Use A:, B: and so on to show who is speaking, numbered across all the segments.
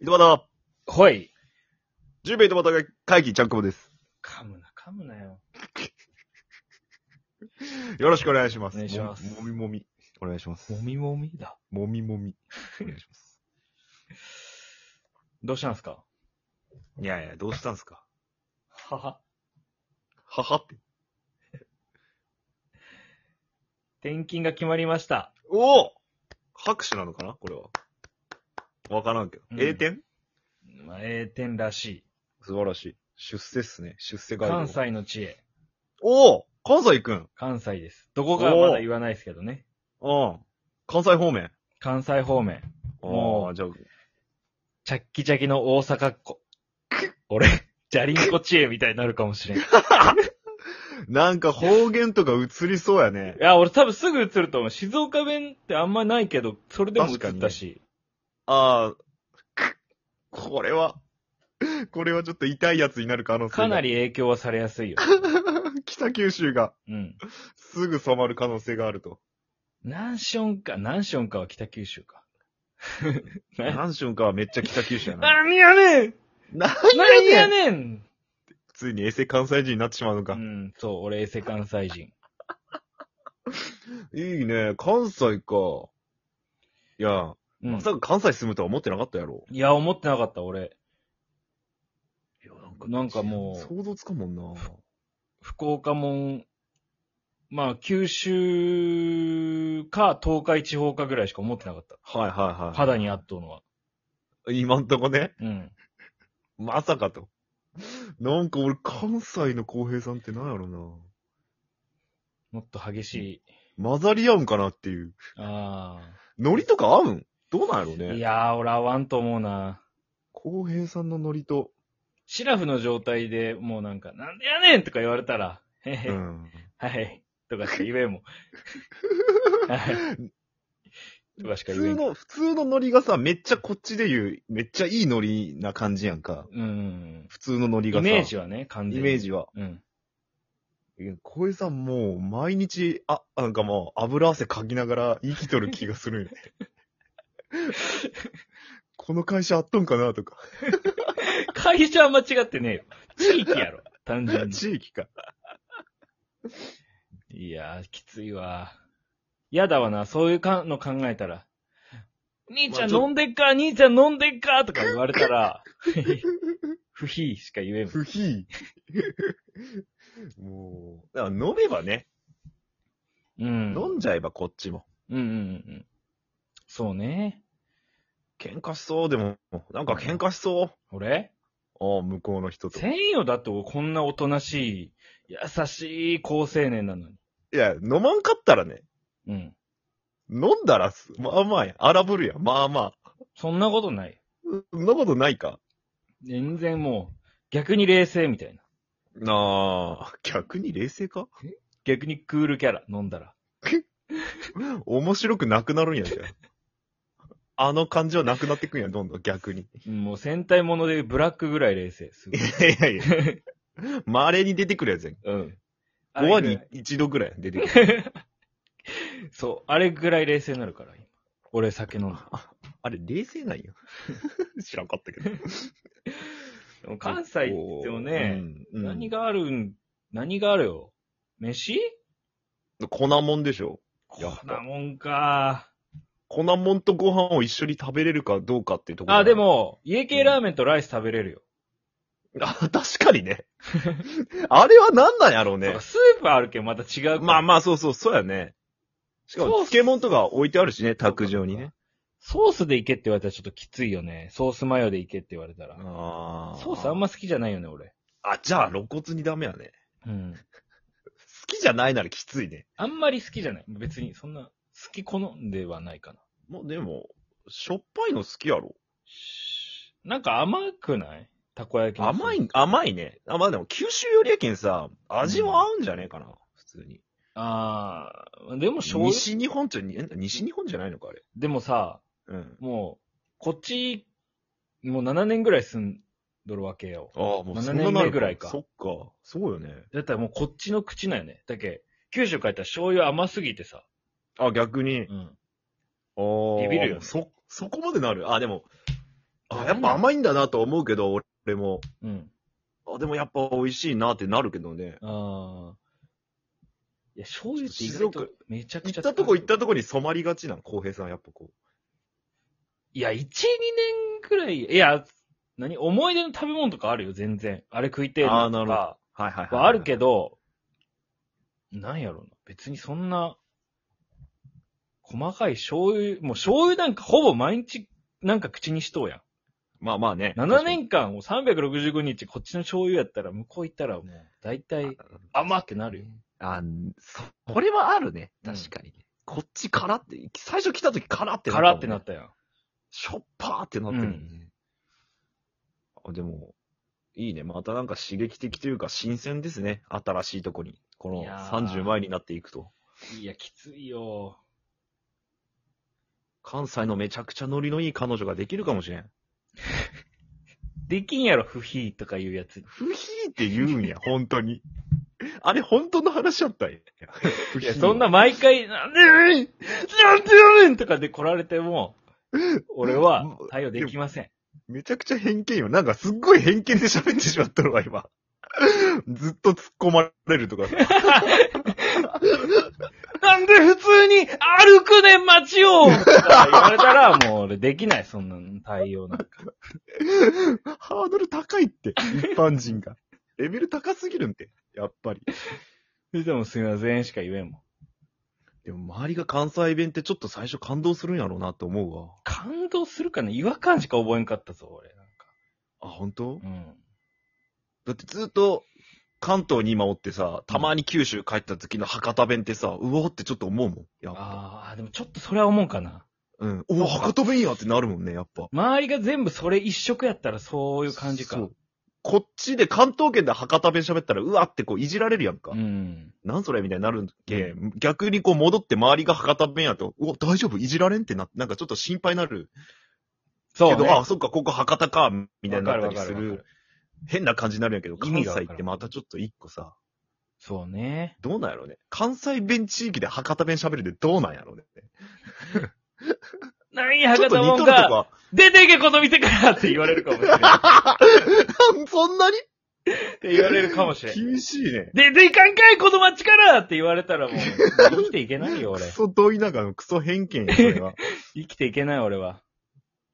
A: いとまだ、
B: ほい。
A: 十兵衛とまた会議、ちゃんくぼです。
B: 噛むな、噛むなよ。
A: よろしくお願いします。
B: お願いします
A: もみもみもみ。お願いします。
B: もみもみだ。
A: もみもみ。お願いします。
B: どうしたんすか
A: いやいや、どうしたんすか
B: はは。
A: ははって。
B: 転勤が決まりました。
A: おお拍手なのかなこれは。わからんけど
B: う。ん
A: 栄転
B: まあ、栄転らし
A: 素晴らしい。出世っすね。出世
B: い。
A: 街道
B: 関。西の知恵。
A: おお関西行くん
B: 関西です。どこかはまだ言わないですけどね。
A: うん。関西方面
B: 関西方面。もう
A: あーじゃあ、
B: チャッキチャキの大阪っ子。 俺、ジャリンコ知恵みたいになるかもしれん。い
A: なんか方言とか映りそうやね。
B: や、俺多分すぐ映ると思う。静岡弁ってあんまないけど、それでも映ったし。
A: ああ、これは、これはちょっと痛いやつになる可能性が
B: かなり影響はされやすいよ。
A: 北九州が
B: うん。
A: すぐ染まる可能性があると。
B: ナンションか、ナンションかは北九州か。ね
A: 何ンかはめっちゃ北九州や な。
B: 何やねん
A: な、
B: 何やねん
A: ついに衛星関西人になってしまうのか。
B: うん、そう、俺、セカンサイ人。
A: いいね、関西か。いや、
B: うん
A: まさか関西住むとは思ってなかったやろ。
B: いや、思ってなかった、俺。
A: いや、
B: なんかもう、
A: 想像つかんもんな。
B: 福岡もん、まあ、九州か東海地方かぐらいしか思ってなかった。
A: はいはいはい。
B: 肌に合っとうのは。
A: 今んとこね、
B: うん。
A: まさかと。なんか俺関西の浩平さんってなんやろな。
B: もっと激しい。
A: 混ざり合うんかなっていう。
B: あ
A: ノリとか合うんどうなんやろう
B: あ。
A: ね。
B: いやー、俺合わんと思うな。
A: 浩平さんのノリと。
B: シラフの状態でもうなんか、なんでやねんとか言われたら、へ
A: う
B: へ、
A: ん。
B: はい、とかしか言えん もん。はいとかしか
A: 普
B: 言
A: 通
B: えんけど。
A: の、普通のノリがさ、めっちゃこっちで言う、めっちゃいいノリな感じやんか。
B: うん。
A: 普通のノリが
B: イ
A: さ。
B: メージはね、完全
A: イ
B: に。
A: メージは。
B: うん。
A: いや小江さんもう、毎日、あ、なんかもう、油汗かきながら生きとる気がするんよこの会社あっとんかなとか。
B: 会社は間違ってねえよ。地域 やろ。単純に。
A: 地域か。
B: いやー、きついわ。嫌だわな、そういうかの考えたら。兄ちゃん
A: まあちょ
B: 飲んでっか、兄ちゃん飲んでっかとか言われたら、 不非しか言えんもん。
A: 不非。もう、だから飲めばね、
B: うん。
A: 飲んじゃえばこっちも。
B: うんうんうんうん。そうね。
A: 喧嘩しそうでも、なんか喧嘩しそう。
B: 俺
A: ああ、向こうの人と。
B: せんよ、だって俺こんなおとなしい、優しい高青年なのに。
A: いや、飲まんかったらね、
B: うん。
A: 飲んだらす、まあまあや、荒ぶるやん、まあまあ。
B: そんなことない。
A: うそんなことないか。
B: 全然もう、逆に冷静みたいな。
A: なあ、逆に冷静か
B: 逆にクールキャラ、飲んだら。
A: 面白くなくなるんやじゃん。 あの感じはなくなってくんや、どんどん逆に。
B: うんもう戦隊ものでブラックぐらい冷静。すご
A: い
B: い
A: やいやいや。 稀に出てくるやつやん。
B: うん。あ
A: 5
B: れぐらい
A: 割一度ぐらい出て くる。
B: そう、あれぐらい冷静になるから、今。俺酒飲んだ。
A: あれ、冷静 なんや。知らんかったけど。
B: でも関西って言ってもね、
A: うん、うん
B: 何があるん、何があるよ。飯
A: 粉もんでしょ。やっぱ
B: こんなもんか。
A: 粉もんとご飯を一緒に食べれるかどうかっていうところ。
B: あ、で。も、家系ラーメンとライス食べれるよ。
A: あ、確かにね。あれは何なんやろう
B: そう
A: ね
B: か、。スープあるけどまた違うから。
A: まあまあ、そうそう、そうやね。しかも、
B: そう
A: 漬物とか置いてあるしね、卓上にね。
B: ソースでいけって言われたらちょっときついよね。ソースマヨでいけって言われたら。
A: あ
B: ソースあんま好きじゃないよね、俺。
A: あ、じゃあ露骨にダメやね。
B: うん。
A: 好きじゃないならきついね。
B: あんまり好きじゃない。別に、そんな、好き好んではないかな。
A: もうでも、しょっぱいの好きやろ。
B: なんか甘くないたこ焼きの
A: 甘い、甘いね。あ、まあでも九州よりやけんさ、味は合うんじゃねえかな、普通に。
B: ああ、でも醤油、
A: 西日本じゃ、にえ西日本じゃないのか、あれ。
B: でもさ、
A: うん。
B: もう、こっち、もう7年ぐらい住んどるわけよ。
A: ああ、もうそん
B: 7
A: な
B: 年
A: な
B: 目
A: る
B: ぐらいか
A: そっか。そうよね。
B: だったらもうこっちの口なんよね。だけ、九州帰ったら醤油甘すぎてさ。
A: あ、逆に。
B: うん。
A: ああ。
B: ビビるよね
A: そ、そこまでなる。あ、でも、あ、やっぱ甘いんだなと思うけど、俺も。
B: うん。
A: あ、でもやっぱ美味しいなってなるけどね。
B: ああ。いや、醤油って意外
A: 静
B: とめちゃくち
A: 行
B: ゃ。
A: ったとこ行ったとこに染まりがちなの、浩平さん、やっぱこ
B: いや、1、2年くらい、いや、何思い出の食べ物とかあるよ、全然。あれ食いてえ
A: あ
B: な
A: ー
B: と
A: なる
B: か
A: う。はいはいはい、
B: はあるけど、なんやろな。別にそんな、細かい醤油、もう醤油なんかほぼ毎日なんか口にしとうや
A: まあまあね。
B: ん。7年間を365日こっちの醤油やったら、向こう行ったらもう、だいたい甘ってなるよ。
A: あん、そ、これはあるね。
B: うん
A: 確かにね。こっちからって、最初来た時からって
B: 辛ってな
A: っ
B: った
A: もんね。
B: たやん。
A: しょっぱーってなってるもんね。あでも、いいね。またなんか刺激的というか新鮮ですね。新しいとこに。この
B: いやー
A: 30前になっていくと。
B: いや、きついよ。
A: 関西のめちゃくちゃノリのいい彼女ができるかもしれん。
B: できんやろ、不費とかいうやつ。
A: 不ひーって言うんや、 本当に。あれ、本当の話だったんや。 不
B: い
A: 費
B: や、そんな、毎回、なんでやねんなんでやねんとかで来られても、俺は対応できません。
A: めちゃくちゃ偏見よ。なんかすっごい偏見で喋ってしまったのが今。 ずっと突っ込まれるとかさ。
B: なんで普通に歩くねん街をとか 言われたら、もう俺できない、そんなの対応なんか。
A: ハードル高いって、一般人が。レベル高すぎるんで、やっぱり。
B: それでもすいませんしか言えんもん。
A: でも周りが関西弁ってちょっと最初感動するんやろうなと思うわ。
B: 感動するかな違和感しか覚えんかったぞ、俺。
A: あ、本当？
B: なんか。
A: だってずっと関東に今おってさ、たまに九州帰った時の博多弁ってさ、うわーってちょっと思うもん。や
B: う
A: っ
B: ん。
A: ぱ。
B: ああ、でもちょっとそれは思うかな。
A: うん。おわ、博多弁やってなるもんね、やっぱ。
B: 周りが全部それ一色やったらそういう感じか。
A: そう。こっちで関東圏で博多弁喋ったら、うわってこういじられるやんか。
B: うん。
A: なんそれみたいになるんけ、逆にこう戻って周りが博多弁やと、うわ、大丈夫いじられんってなって、なんかちょっと心配になる。
B: そう、
A: けど、あ、
B: ね。
A: そっか、ここ博多か、みたいになったり
B: わか
A: す
B: るわかるわ
A: る
B: か。
A: 変な感じになるんやけど、
B: 意
A: 関
B: 味がわか
A: 西
B: る
A: ってまたちょっと一個さ、
B: そうね。
A: どうなんやろうね。関西弁地域で博多弁喋るってどうなんやろうね。
B: なんや、
A: ちょ
B: 博
A: っと
B: 多
A: 似と
B: も
A: る
B: ん
A: と
B: が
A: こ、は、
B: 出ていけこの店からって言われるか もしれん。っ
A: そんなに
B: て言われるかもしれん。
A: 厳しいね。
B: 出ていかんかいこの街からって言われたらもう、生きていけないよ、
A: ク
B: 俺。
A: ソど田舎のクソ偏見や、それは。
B: 生きていけない、俺は。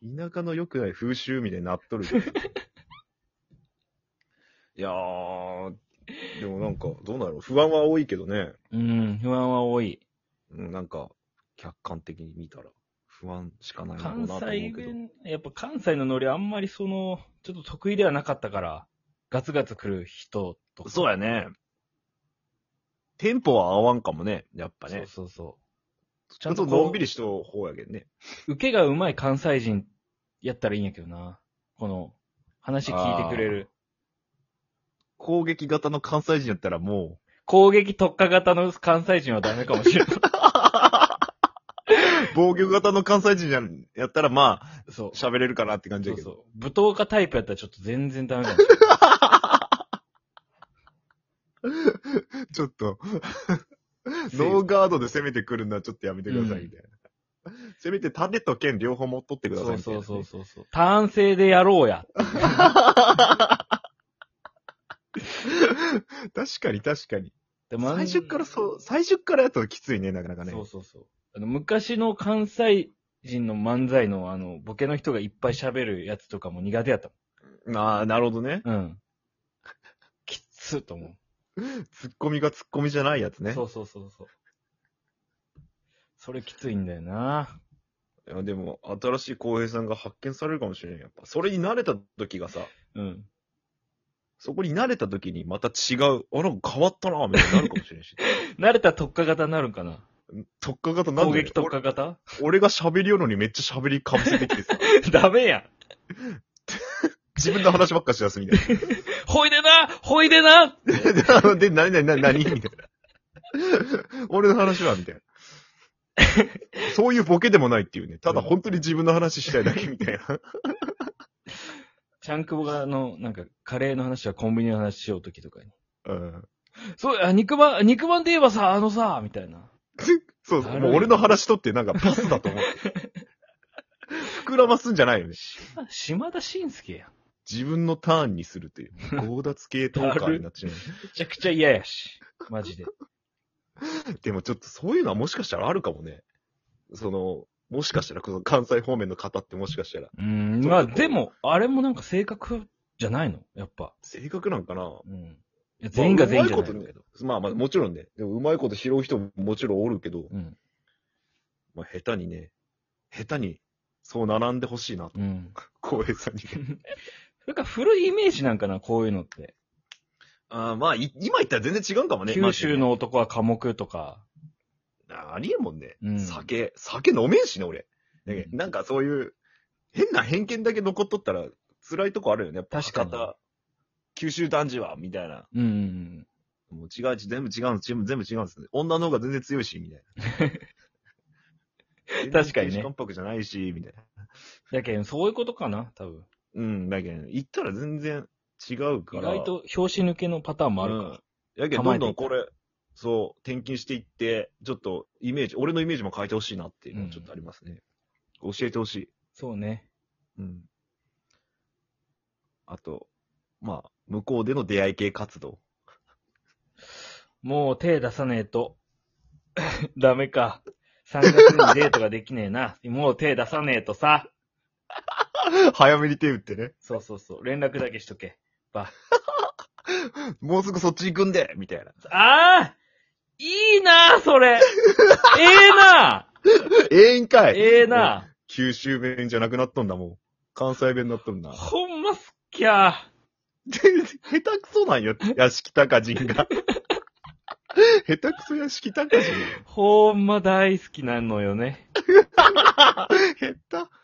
A: 田舎の良くない風習みたいになっとるけ ど。いやー、でもなんか、どうなの不安は多いけどね。
B: うん、不安は多い。
A: うんなんか、客観的に見たら、不安しかないのかな
B: 関
A: と思う
B: 西
A: けど。
B: 弁、やっぱ関西のノリあんまりその、ちょっと得意ではなかったから、ガツガツ来る人とか。
A: そうやね。テンポは合わんかもね、やっぱね。
B: そうそうそ
A: ちゃんと
B: こう
A: のんびりしとう方やけどね。
B: う。受けがうまい関西人やったらいいんやけどな。この、話聞いてくれる。
A: 攻撃型の関西人やったらも
B: 攻撃特化型の関西人はダメかも しれない。
A: う、防御型の関西人ややったらまあ、
B: そう。
A: 喋れるかなって感じ
B: そ
A: や
B: う
A: けど。
B: そう。舞踏家タイプやったらちょっと全然ダメかもしれない。
A: ちょっと、
B: せい
A: ノーガードで攻めてくるのはちょっとやめてください、みたいな。せめて盾と剣両方持っとってください
B: そ
A: み
B: う
A: たい
B: そ
A: な
B: う
A: ね。
B: そうそうそう。ターン制でやろうや。
A: 確かに確かに。
B: でもあ
A: 最
B: ん
A: 初からそう、最初からやったらきついね、なかなかね。
B: そうそうそう。あの、昔の関西人の漫才のあの、ボケの人がいっぱい喋るやつとかも苦手やった
A: ああ、なるほどね。
B: もん。うん。 きつーと思
A: ツッコミがツッコミじゃないやつ
B: う。
A: ね
B: そ。うそうそうそう。それきついんだよな。
A: いやでも、新しい浩平さんが発見されるかもしれん。やっぱ、それに慣れた時がさ、
B: うん。
A: そこに慣れた時にまた違う、あ、なんか変わったな、みたいになるかもしれんし。
B: 慣れた特化型になるんかな
A: 特化型なん
B: 攻
A: で
B: 撃特化型
A: 俺俺が喋りようのにめっちゃ喋りかぶせてきて さ、
B: ダメやん。
A: 自分の話ばっかしだすみたい
B: ほいでなほいでな
A: な。 で、なになになになにみたい な。俺の話はみたいな。そういうボケでもないっていうね。ただ本当に自分の話したいだけみたい な。
B: ちゃんくぼが、あの、なんか、カレーの話はコンビニの話しようときとかに。
A: うん。
B: そう、あ肉まん、肉まんで言えばさ、あのさ、みたいな。
A: そうそう、もう俺の話とってなんかパスだと思って。膨らますんじゃないよね。
B: 島田紳介やん。
A: 自分のターンにするという、強奪系トーカーになっちゃう。
B: めちゃくちゃ嫌やし。マジで。
A: でもちょっとそういうのはもしかしたらあるかもね。その、もしかしたら、この関西方面の方ってもしかしたら、
B: うん。まあでも、あれもなんか性格じゃないのやっぱ。
A: 性格なんかな
B: うん。いや全員が全員じゃな
A: まあうまい
B: い
A: ことねまあまあ、もちろんね。でも、うまいこと拾う人ももちろんおるけど、
B: うん。
A: まあ、下手にね、下手に、そう並んでほしいなと、
B: うん。
A: 浩平さんにね。
B: それから古いイメージなんかな、こういうのって。
A: ああ、まあ、い今言ったら全然違うんかもね。
B: 九州の男は寡黙と
A: マジで
B: か。
A: ね。あありえんもんね。
B: うん
A: 酒、酒飲めんしね、俺。だけど
B: うん
A: なんかそういう、変な偏見だけ残っとったら、辛いとこあるよね。やっぱ
B: 確かに
A: 博多九州男児は、みたいな。
B: うんうん。
A: もう違う、全部違うんです、全部全部違うんですね。女の方が全然強いし、みたいな全然亭
B: 確かにね
A: 主関白じゃないし、みたいな。
B: うん。やけん、そういうことかな、多分。
A: うん、だけど、行ったら全然違う
B: 意
A: から。
B: 外と表紙抜けのパターンもあるか
A: う
B: ら
A: ん。やけど、
B: 構
A: ど
B: え
A: ん
B: てい
A: ど
B: っ
A: ん
B: たら
A: これ、そう、転勤していって、ちょっとイメージ、俺のイメージも変えてほしいなっていうのはちょっとありますね。教えてほしい。
B: そうね。
A: うん。あと、まあ、向こうでの出会い系活 動。
B: もう手出さねえ と。ダメか。3月にデートができねえな。もう手出さねえとさ。
A: 早めに手打ってね。
B: そうそうそう。連絡だけしとけ。
A: もうすぐそっち行くんでみたいな。
B: ああいいなそれええな
A: ええんかい
B: ええな
A: 九州弁じゃなくなっとんだもん。関西弁になっとん な。
B: ほんますっきゃ
A: 下手くそなんよ、屋敷隆人 が。下手くそ屋敷隆人。
B: ほんま大好きなのよね。
A: 下手。